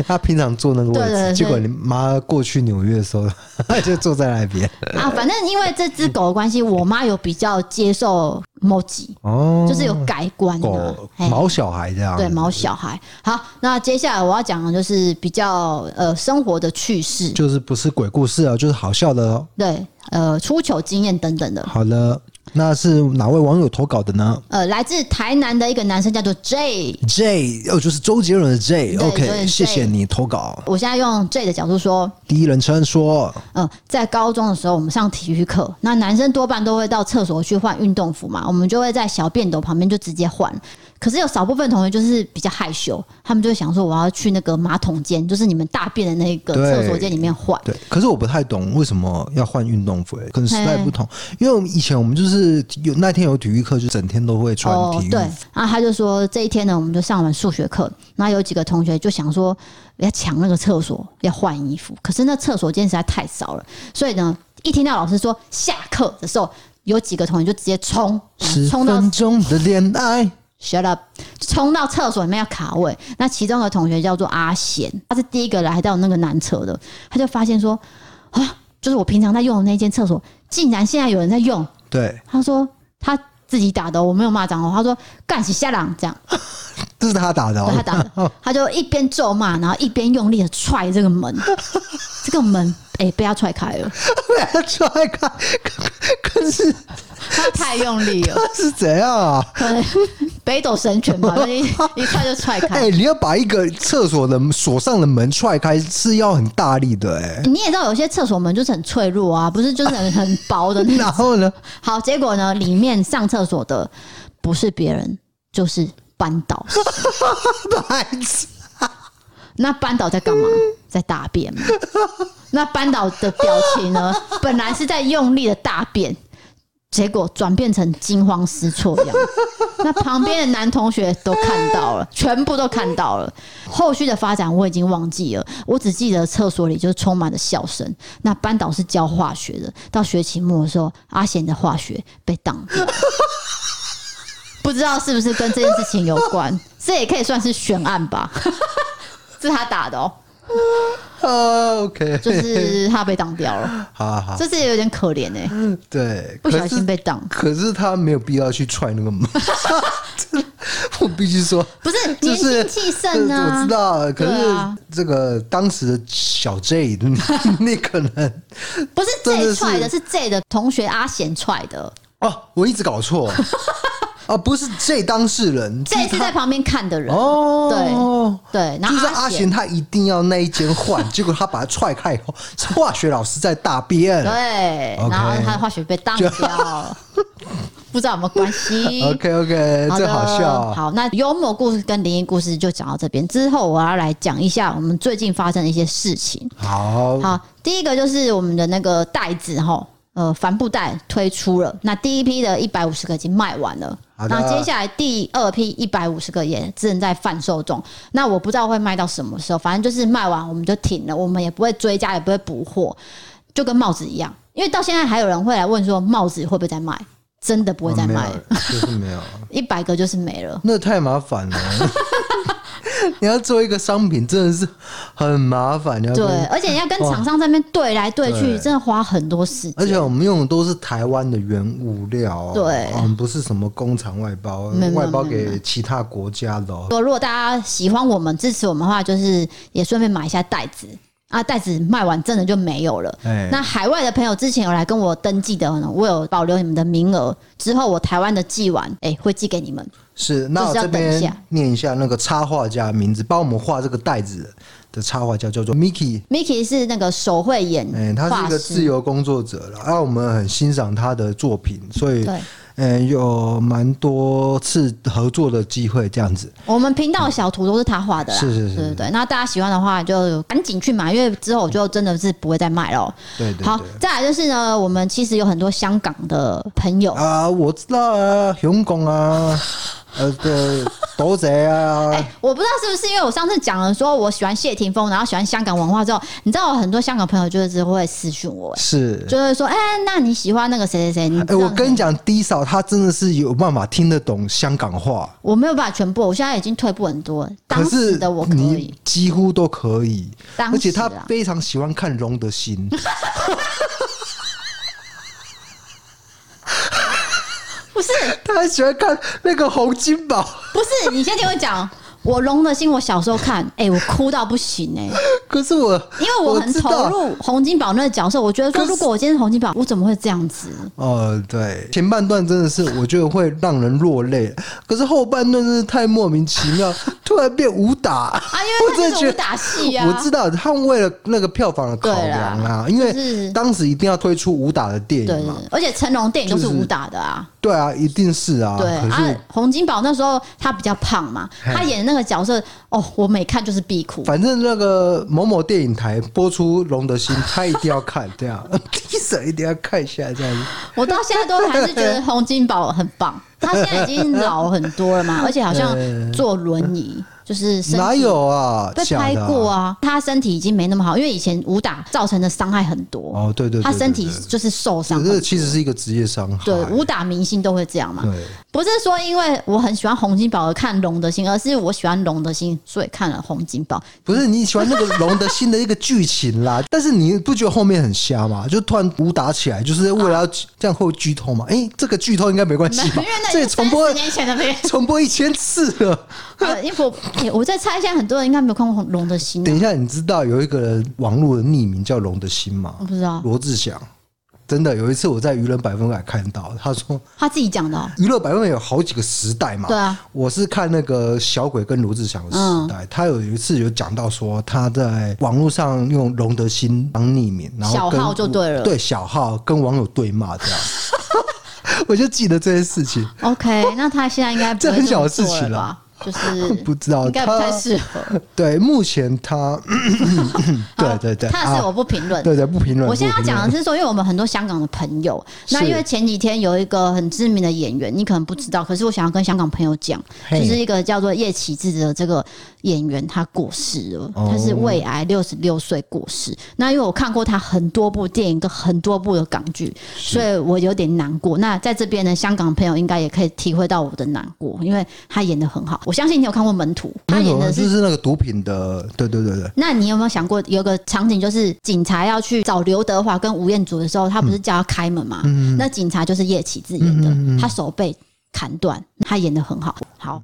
他平常坐那个位对对对置，结果你妈过去纽约的时候， 他就坐在那边。啊，反正因为这只狗的关系，我妈有比较接受莫吉，哦，就是有改观的狗，嘿哦毛小孩这样，对毛小孩。好，那接下来我要讲的就是比较呃生活的趣事，就是不是鬼故事啊，就是好笑的。哦。对，呃出糗经验等等的。好了，那是哪位网友投稿的呢呃，来自台南的一个男生叫做 J， ？J 哦，就是周杰伦的 J。对周杰伦 OK， J 谢谢你投稿。我现在用 J 的角度说，第一人称说，呃，在高中的时候，我们上体育课，那男生多半都会到厕所去换运动服嘛，我们就会在小便斗旁边就直接换。可是有少部分同学就是比较害羞，他们就会想说我要去那个马桶间，就是你们大便的那个对厕所间里面换。对，可是我不太懂为什么要换运动服、欸，可能时代不同。因为我们以前我们就是有那天有体育课，就整天都会穿体育服。哦对，然后他就说这一天呢，我们就上完数学课，那有几个同学就想说要抢那个厕所，要换衣服，可是那厕所间实在太少了，所以呢，一听到老师说下课的时候，有几个同学就直接冲，啊十冲哦到分钟的恋爱， shut up，冲到厕所里面要卡位。那其中的同学叫做阿贤，他是第一个来到那个男厕的，他就发现说啊，就是我平常在用的那间厕所，竟然现在有人在用。对，他说他自己打的哦，我没有骂脏话。他说干起下狼这样，这是他打的、对他哦。打的，他就一边咒骂，然后一边用力的踹这个门，这个门哎、被他踹开了， 他踹开，可可可是他太用力了，他是怎样啊？可能 北斗神拳吧，一一踹就踹开哎、。你要把一个厕所的锁上的门踹开是要很大力的哎、 你也知道，有些厕所门就是很脆弱啊，不是就是很很薄的那然种。后呢？好，结果呢，里面上厕所的不是别人，就是班导。白痴，那班导在干嘛？在大便嘛。 那班导的表情呢，本来是在用力的大便，结果转变成惊慌失措一样。那旁边的男同学都看到了，全部都看到了。后续的发展我已经忘记了，我只记得厕所里就是充满了笑声。那班导是教化学的，到学期末的时候，阿贤的化学被挡掉。不知道是不是跟这件事情有关，这也可以算是悬案吧。这是他打的哦，啊，OK，就是他被挡掉 了，好好，这是有点可怜哎、对，不可小是心被挡。可是他没有必要去踹那个 门， 我必须说，不是 就年是轻气盛我啊知，道，可对啊是这个当时的小 J，你 你可能不是真的 J 是踹的，是 J 的同学阿贤踹的哦，我一直搞 错啊，不是 J 当事人，J 就是他在旁边看的人，哦，对，然就是后阿贤贤，他一定要那一间 换，结果他把他踹开以后，是化学老师在大便。对， OK 然后他的化学被挡掉了， 不知道有没有关系。 OK OK，好这的，好笑。哦好，那幽默故事跟灵异故事就讲到这边之后，我要来讲一下我们最近发生的一些事情。好，好，第一个就是我们的那个袋子哈，呃，帆布袋推出了，那第一批的一百五十个已经卖完了。好的那接下来第二批一百五十个也正在贩售中，那我不知道会卖到什么时候，反正就是卖完我们就停了，我们也不会追加，也不会补货，就跟帽子一样，因为到现在还有人会来问说帽子会不会再卖，真的不会再哦没有卖，了，就是没有了，一百个就是没了。那太麻烦了。 你要做一个商品，真的是很麻烦。你要对跟，而且要跟厂商在那边对来对去，嗯对真的花很多时而间。且我们用的都是台湾的原物料、哦，对我们不是什么工厂外包，没有没外有包没有没给其他国家的、哦。说如果大家喜欢我们支持我们的话，就是也顺便买一下袋子啊，袋子卖完真的就没有了。哎那海外的朋友之前有来跟我登记的哦呢，我有保留你们的名额，之后我台湾的寄完，哎、会寄给你们。是，那我就是要这等一边下念一下那个插画家的名字，帮我们画这个袋子的插画家叫做 Miki。 Miki 是那个手绘眼哎、他画是一个师，自由工作者了，啊，我们很欣赏他的作品，所以对，呃，有蛮多次合作的机会，这样子。我们频道的小图都是他画的啦，是是是对对对。那大家喜欢的话，就赶紧去买，因为之后我就真的是不会再卖了。哦对对好对，。再来就是呢，我们其实有很多香港的朋友，啊，我知道啊，熊拱 啊，呃，对，斗贼啊，哎我不知道是不是因为我上次讲了说我喜欢谢霆锋，然后喜欢香港文化之后，你知道我很多香港朋友就是会私讯我、欸是。就会说，哎、那你喜欢那个谁谁谁？你哎、知道我那个跟你讲，低嫂她真的是有办法听得懂香港话，我没有办法全部，我现在已经退步很多了。当可时是的我可以你，几乎都可以，当时啊而且她非常喜欢看《龙的心》，不是她还喜欢看那个洪金宝，不是，你先听我讲。我龙的心，我小时候看，哎、我哭到不行 哎、可是我因为我很知投道。入洪金宝那个角色，我觉得说，如果我今天是洪金宝，我怎么会这样子？呃，对，前半段真的是我觉得会让人落泪，可是后半段真是太莫名其 妙，突然变武打啊啊，因为他真的这种觉武得打戏啊，我知道他们为了那个票房的考量啊，因就是为当时一定要推出武打的电对影对嘛，对，而且成龙电影都是就是武打的啊。对啊，一定是啊。对可啊是，洪金宝那时候他比较胖嘛，嘿他演的那个角色，哦，我每看就是必哭。反正那个某某电影台播出《龙的心》，他一定要 看，这样第一手一定要看一下，这样子。我到现在都还是觉得洪金宝很 棒，他现在已经老很多了嘛，而且好像坐轮椅，就是身体哪有啊？被假拍的啊过啊？他身体已经没那么好，因为以前武打造成的伤害很多。哦，对对对，他身体对对就是受对伤很这多。个其实是一个职业伤害。啊对，武打明星都会这样嘛。对不是说因为我很喜欢洪金宝而看《龙的心》，而是我喜欢《龙的心》，所以看了洪金宝。不是你喜欢那个《龙的心》的一个剧情啦， 但是你不觉得后面很瞎吗？就突然武打起来，就是为了要这样会不会剧透嘛？哎、这个剧透应该没关没系有因吧为那？这是也重三播十年前的片。重播一千次了。 呃，因为我、哎我在猜，现在很多人应该没有看过《龙的心》等啊，一下，你知道有一个人网络的匿名叫龙的心吗我？不知道罗志祥。真的有一次我在娱乐百分百看到，他说他自己讲的哦、娱乐百分百有好几个时代嘛，对啊，嗯我是看那个小鬼跟罗志祥的时代，他有一次有讲到说他在网络上用龙德心当匿名，然后跟小号就对了对小号跟网友对骂这样， 我就记得这件事情， OK，那他现在应该不会这很小的这么做事情了啦吧？就是 不知道应该不太他适合。对，目前 他， 好对对对，他的事啊我不评论。对对不评论，我现在要不评讲论的是说，因为我们很多香港的朋友，那是因为前几天有一个很知名的演员，你可能不知道，可是我想要跟香港朋友讲，就嘿是一个叫做叶启志的这个演员，他过世了，哦他是胃癌，六十六岁过世。那因为我看过他很多部电影跟很多部的港剧，所以我有点难过。那在这边呢，香港朋友应该也可以体会到我的难过，因为他演的很好。我相信你有看过《门徒》，他那演的种啊是就是那个毒品的，对对对对，那你有没有想过，有个场景就是警察要去找刘德华跟吴彦祖的时候，他不是叫他开门嘛？嗯那警察就是叶启志演的，他手被砍断，他演的很好。好，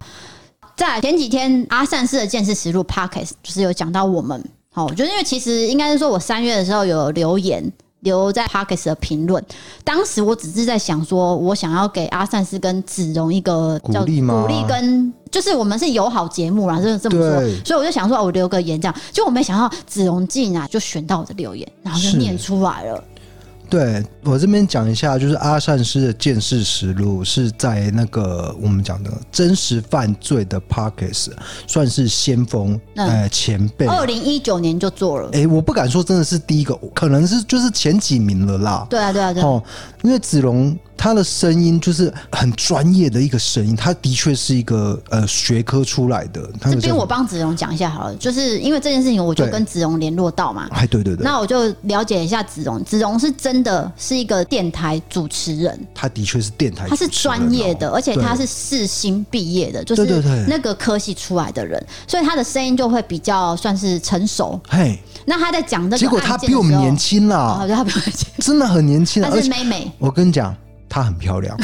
在前几天阿善师的《见识实录》Pockets 就是有讲到我们，好，我觉得因为其实应该是说我三月的时候有留言。留在 Pockets 的评论，当时我只是在想说，我想要给阿善师跟子荣一个叫鼓励吗鼓励跟就是我们是友好节目啦，就是这么说对。所以我就想说，哦我留个言这样，就我没想到子荣竟然就选到我的留言，然后就是念出来了。对我这边讲一下，就是阿善师的《见识实录》是在那个我们讲的真实犯罪的 Pockets，算是先锋、嗯呃前辈。二零一九年就做了，哎、我不敢说真的是第一个，可能是就是前几名了啦。对啊，对啊，对啊，哦，因为子龙他的声音就是很专业的一个声音，他的确是一个呃学科出来的。他这的边我帮子荣讲一下好了，就是因为这件事情，我就对跟子荣联络到嘛，哎，对对对，那我就了解一下子荣。子荣是真的是一个电台主持人，他的确是电台主他持是人哦，专业的，而且对他是世新毕业的，就对对是对那个科系出来的人，所以他的声音就会比较算是成熟。嘿，那他在讲这结个果案他件比的时候，我哦们年轻啊啦。 哦，对他比我们年轻，真的很年轻啊，他而且是妹妹。我跟你讲，她很漂亮，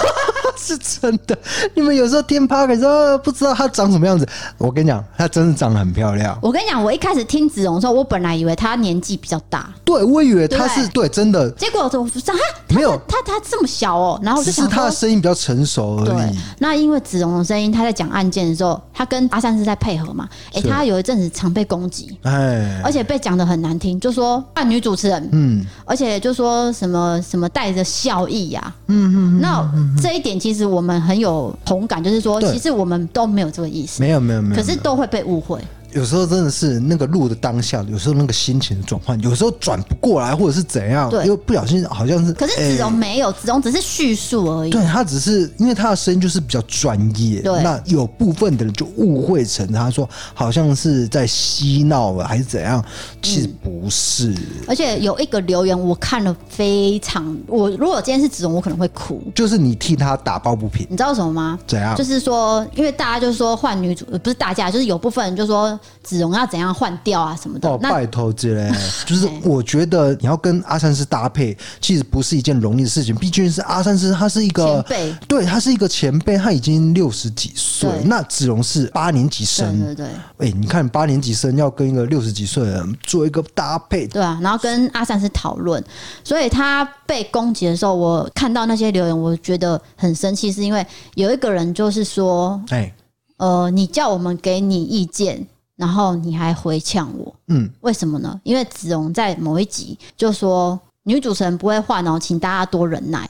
是真的。你们有时候听 p a r k 说不知道她长什么样子，我跟你讲，她真的长得很漂亮。我跟你讲，我一开始听子荣的时候，我本来以为她年纪比较大，对，我以为她是对，真的结果我怎么不知道她没有她她她这么小哦、然后我只就是想她说的，声音比较成熟而对已。，那因为子荣的声音，她在讲案件的时候，她跟阿善是在配合嘛，哎、是她有一阵子常被攻击，哎，而且被讲的很难听，就说扮女主持人，嗯，而且就说什么什么带着笑意呀、嗯嗯，那这一点其实我们很有同感，就是说，对其实我们都没有这个意思，没有没有没有，可是都会被误会。有时候真的是那个录的当下，有时候那个心情的转换，有时候转不过来，或者是怎样，对又不小心好像是。可是子哎荣没有，子荣只是叙述而已。对他只是因为他的声音就是比较专业，对那有部分的人就误会成他说好像是在嬉闹啊了还是怎样，其实不是。而且有一个留言我看了非常，我如果今天是子荣，我可能会哭。就是你替他打抱不平，你知道什么吗？怎样？就是说，因为大家就说换女主，呃不是大家，就是有部分人就说子荣要怎样换掉啊什么的哦，。那拜托之 类，就是哎我觉得你要跟阿善师搭配，其实不是一件容易的事情。毕竟是阿善师，他是一个前辈对他是一个前辈，他已经六十几岁对，那子荣是八年级对生。对对哎、你看八年级生要跟一个六十几岁的人做一个搭配，对啊，然后跟阿善是讨论，所以他被攻击的时候，我看到那些留言，我觉得很生气，是因为有一个人就是说，哎、呃，你叫我们给你意见，然后你还回呛我，嗯，为什么呢？因为子荣在某一集就说女主持人不会换哦，请大家多忍耐。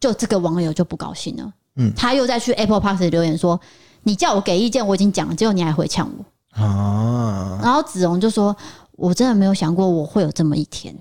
就这个网友就不高兴了，嗯他又再去 Apple Park 留言说，你叫我给意见，我已经讲了，结果你还回呛我。啊，然后子荣就说，我真的没有想过我会有这么一天。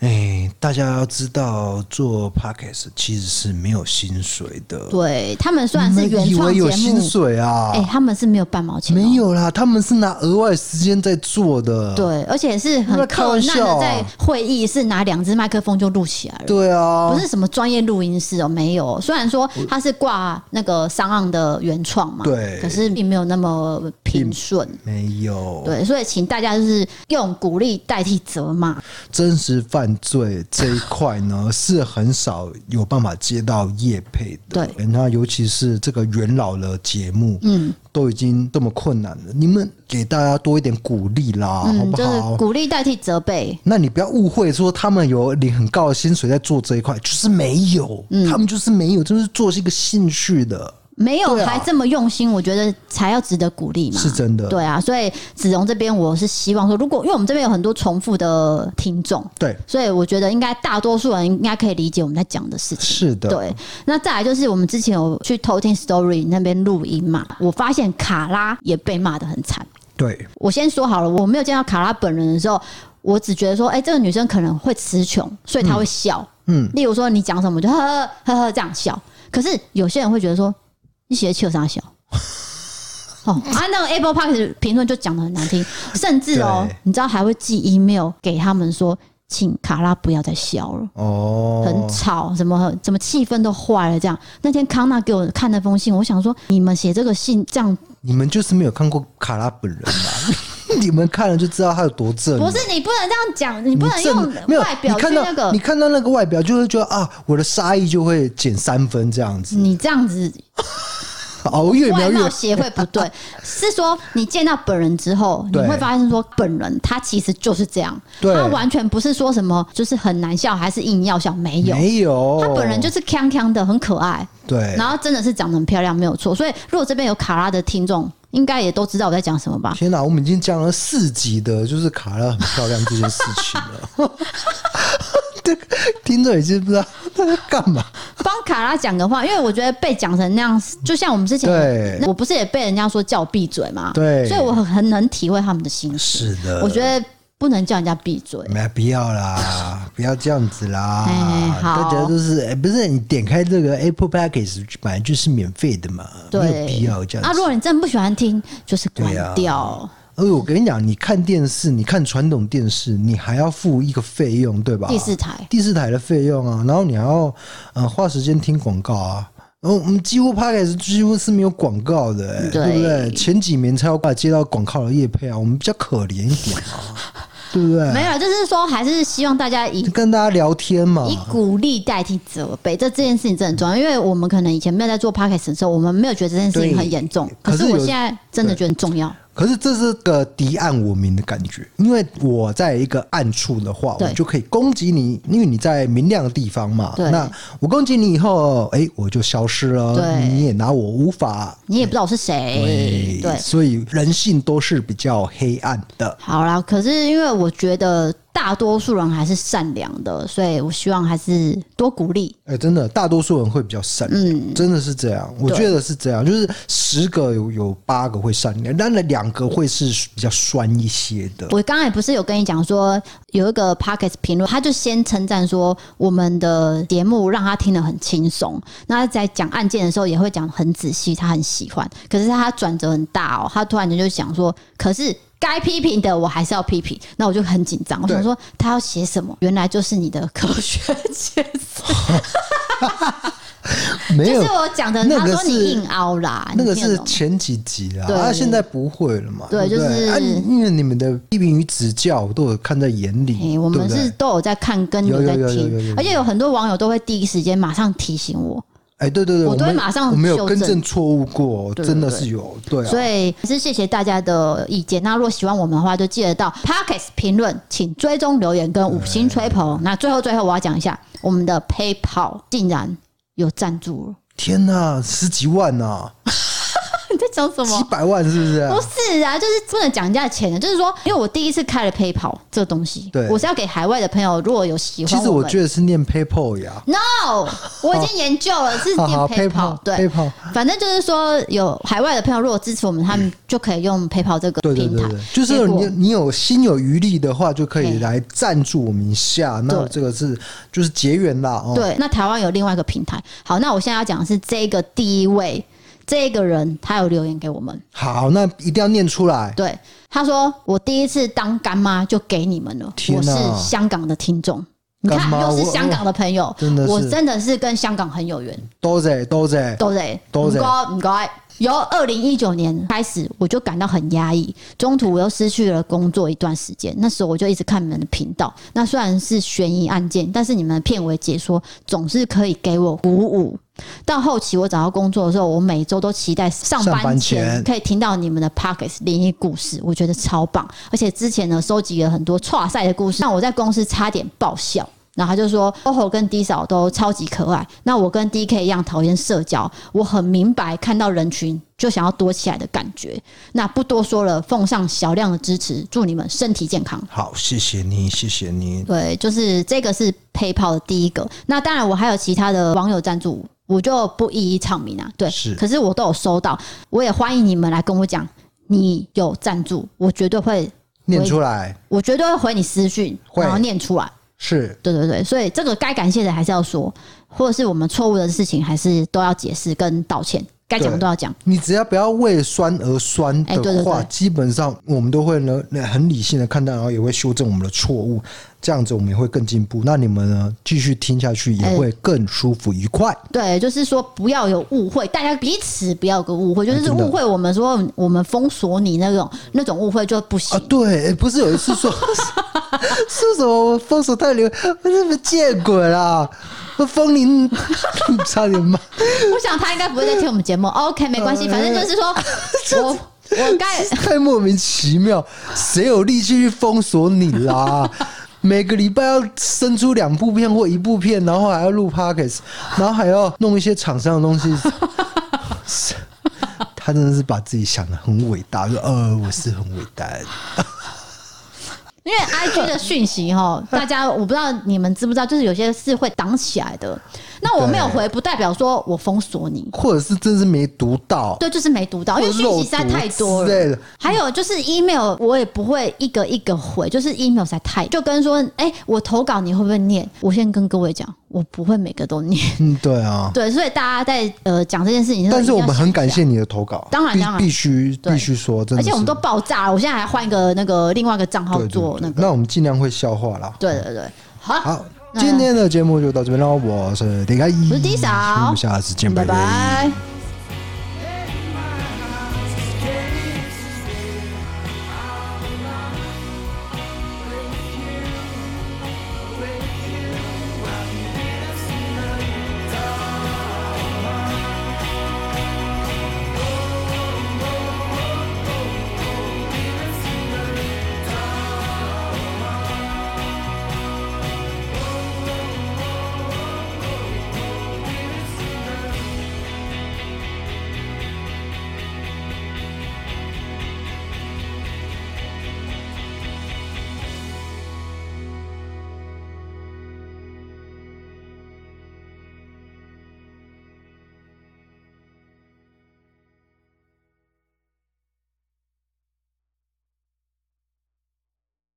哎、大家要知道，做 podcast 其实是没有薪水的。对他们虽然是你们原以创为节有薪目，水啊？哎、他们是没有半毛钱、哦，没有啦，他们是拿额外时间在做的。对，而且是很那开困玩难笑的，啊在会议室拿两只麦克风就录起来了。对啊，不是什么专业录音室哦，没有哦。虽然说它是挂那个商岸的原创嘛，对可是并没有那么平顺，没有，对，所以请大家就是用鼓励代替责骂，真实犯罪这一块 呢，是很少有办法接到业配的。对，那尤其是这个元老的节目，嗯，都已经这么困难了，你们给大家多一点鼓励啦，哦好嗯，不就是好？鼓励代替责备，那你不要误会，说他们有领很高的薪水在做这一块，就是没有，嗯他们就是没有，就是做是一个兴趣的，没有对啊还这么用心，我觉得才要值得鼓励嘛。是真的。对啊，所以子荣这边我是希望说，如果因为我们这边有很多重复的听众，对，所以我觉得应该大多数人应该可以理解我们在讲的事情。是的，对，那再来就是我们之前有去偷听 Story 那边录音嘛，我发现卡拉也被骂得很惨。对，我先说好了，我没有见到卡拉本人的时候，我只觉得说，哎、这个女生可能会词穷，所以她会笑。嗯，例如说你讲什么，我就呵呵呵呵这样笑。可是有些人会觉得说，你写的气 有啥笑？哦，啊，那个 Apple Park 评论就讲的很难听，甚至哦对，你知道还会寄 email 给他们说，请卡拉不要再笑了。很哦，吵，什么怎么气氛都坏了这样。那天康纳给我看那封信，我想说你们写这个信这样你们就是没有看过卡拉本人啦， 你们看了就知道他有多正。不是你不能这样讲，你不能你正没用有外表你去看到那个你，看到那个外表就会觉得啊，我的杀意就会减三分这样子。你这样子哦，越描嗯外越貌协会不 对，是说你见到本人之后，你对会发现说本人他其实就是这样，对他完全不是说什么就是很难笑还是硬要笑，没有，没有，他本人就是锵锵的，很可爱。对然。后真的是长得很漂亮，没有错。所以如果这边有卡拉的听众，应该也都知道我在讲什么吧？天哪，我们已经讲了四集的，就是卡拉很漂亮这件事情了。 这个听着已经不知道他在干嘛。帮卡拉讲个话，因为我觉得被讲成那样，就像我们之前对，我不是也被人家说叫我闭嘴嘛，对所以我很很能体会他们的心情。是的我觉得不能叫人家闭嘴。没必要啦，不要这样子啦。哎好大家都是哎、不是你点开这个 Apple Package 本来就是免费的嘛，没有对，必要这样啊，子如。果你真的不喜欢听，就是关对啊掉。而我跟你讲，你看电视，你看传统电视，你还要付一个费用，对吧？第四台第四台的费用啊，然后你还要呃花时间听广告啊。然后我们几乎 p o d c a s 几乎是没有广告的、欸，对 对不对？前几年才有把接到广告的业配啊，我们比较可怜一点啊。对不对？没有，就是说还是希望大家以就跟大家聊天嘛以，鼓励代替责备，这这件事情真的很重要，因为我们可能以前没有在做 podcast 的时候，我们没有觉得这件事情对很严重，可可是是我有现在真的觉得很重要。可是这是个敌暗我明的感觉，因为我在一个暗处的话，对我就可以攻击你，因为你在明亮的地方嘛。对那我攻击你以后，哎、我就消失了，对你也拿我无法。你也不知道我是谁，哎对，所以人性都是比较黑暗的。好啦，可是因为我觉得大多数人还是善良的，所以我希望还是多鼓励。哎、真的，大多数人会比较善良，真的是这样，我嗯对觉得是这样，就是十个有有八个会善良，但那两个会是比较酸一些的。我刚才不是有跟你讲说，有一个 p o c k e t 评论，他就先称赞说我们的节目让他听得很轻松，那他在讲案件的时候也会讲得很仔细，他很喜欢。可是他转折很大哦，他突然间就想说，可是。该批评的我还是要批评，那我就很紧张。我想对说他要写什么，原来就是你的科学解释，没就有是，我讲的。那他个说你是硬凹啦，那个你听得是懂吗前几集啊，哦对啊，现在不会了嘛？对对不对，就是啊，因为你们的批评与指教我都有看在眼里，哎、我对们不对是都有在看跟有有在有有有有听有，而且有很多网友都会第一时间马上提醒我，哎，对对对，我我都会们马上我们有修更正正错误过，对对真的对是有，对啊，所以还是谢谢大家的意见。那如果喜欢我们的话，就记得到 Pockets 评论，请追踪留言跟五星吹哎捧。那最后最后我要讲一下，我们的 PayPal 竟然有赞助了，天哪，十几万呐， 你在讲什几么？百万是不是啊不？是啊，就是不能讲人家的钱的，就是说，因为我第一次开了 PayPal 这个东西，对我是要给海外的朋友，如果有喜其欢实我我们觉得是念 PayPal 呀，啊，no，我已经研究了， 是好念好 PayPal，对 PayPal，反正就是说，有海外的朋友如果支持我们，他们就可以用 PayPal 这个对对平对台对，，就是结果你你有心有余力的话，就可对以来赞助我们一下。那对这个是就是结缘啦，哦，对。那台湾有另外一个平台，好，那我现在要讲的是这个第一位这个人，他有留言给我们，好，那一定要念出来。对他说：“我第一次当干妈就给你们了，天我是哪香港的听众。”你看干，妈又是我香港的朋友，真的是我真的是跟香港很有缘。多谢多谢，都在都在唔该。由二零一九年开始，我就感到很压抑，中途我又失去了工作一段时间。那时候我就一直看你们的频道，那虽然是悬疑案件，但是你们的片尾解说总是可以给我鼓舞。到后期我找到工作的时候，我每周都期待上上班班前前可以听到你们的 Pockets 灵异故事，我觉得超棒。而且之前呢，收集了很多跨赛的故事，让我在公司差点爆笑。然后他就说，OHO 跟 D 嫂都超级可爱。那我跟 DK 一样讨厌社交，我很明白看到人群就想要躲起来的感觉。那不多说了，奉上小量的支持，祝你们身体健康。好，谢谢你，谢谢你。对，就是这个是 PayPal 的第一个。那当然，我还有其他的网友赞助，我就不一一唱名啊。对，是可是我都有收到，我也欢迎你们来跟我讲，你有赞助，我绝对会，念出来我绝对会回你私讯，会然后念出来。是对对对，所以这个该感谢的还是要说，或者是我们错误的事情还是都要解释跟道歉，该讲的都要讲。你只要不要为酸而酸的话，哎对对对基本上我们都会呢很理性的看待，然后也会修正我们的错误，这样子我们也会更进步。那你们呢，继续听下去也哎会更舒服愉快。对，就是说不要有误会，大家彼此不要有个误会，就是哎真的误会我们说我们封锁你那种那种误会就不行啊，。对，哎不是有一次说 说什么我封锁太流，我是不是见鬼啦？我封您， 差点骂。我想他应该不会再听我们节目。OK，没嗯关系，反正就 是说我我该太莫名其妙，谁有力气去封锁你啦？每个礼拜要生出两部片或一部片，然后还要录 podcast，然后还要弄一些厂商的东西。 他真的是把自己想的很伟大，说呃我是很伟大的，因为 IG 的讯息哈，大家我不知道你们知不知道，就是有些是会挡起来的。那我没有回，不代表说我封锁你。或者是真是没读到，对，就是没读到，因为或讯漏息实在读太多之类了的。还有就是 email，我也不会一个一个回，就是 email 实在太就跟说，哎、我投稿你会不会念？我先跟各位讲，我不会每个都念。 嗯，对啊。对，所以大家在呃讲这件事情的时候但一是我定要想一下，啊们很感谢你的投稿，当然必当然必须对必须说，真的而是，且我们都爆炸了，我现在还换一个那个另外一个账号对对做那对个，那我们尽量会消化啦。对对对，好，好，今天的节目就到这边喽。我是李佳一，我是 D 嫂我们下次见，拜拜拜拜。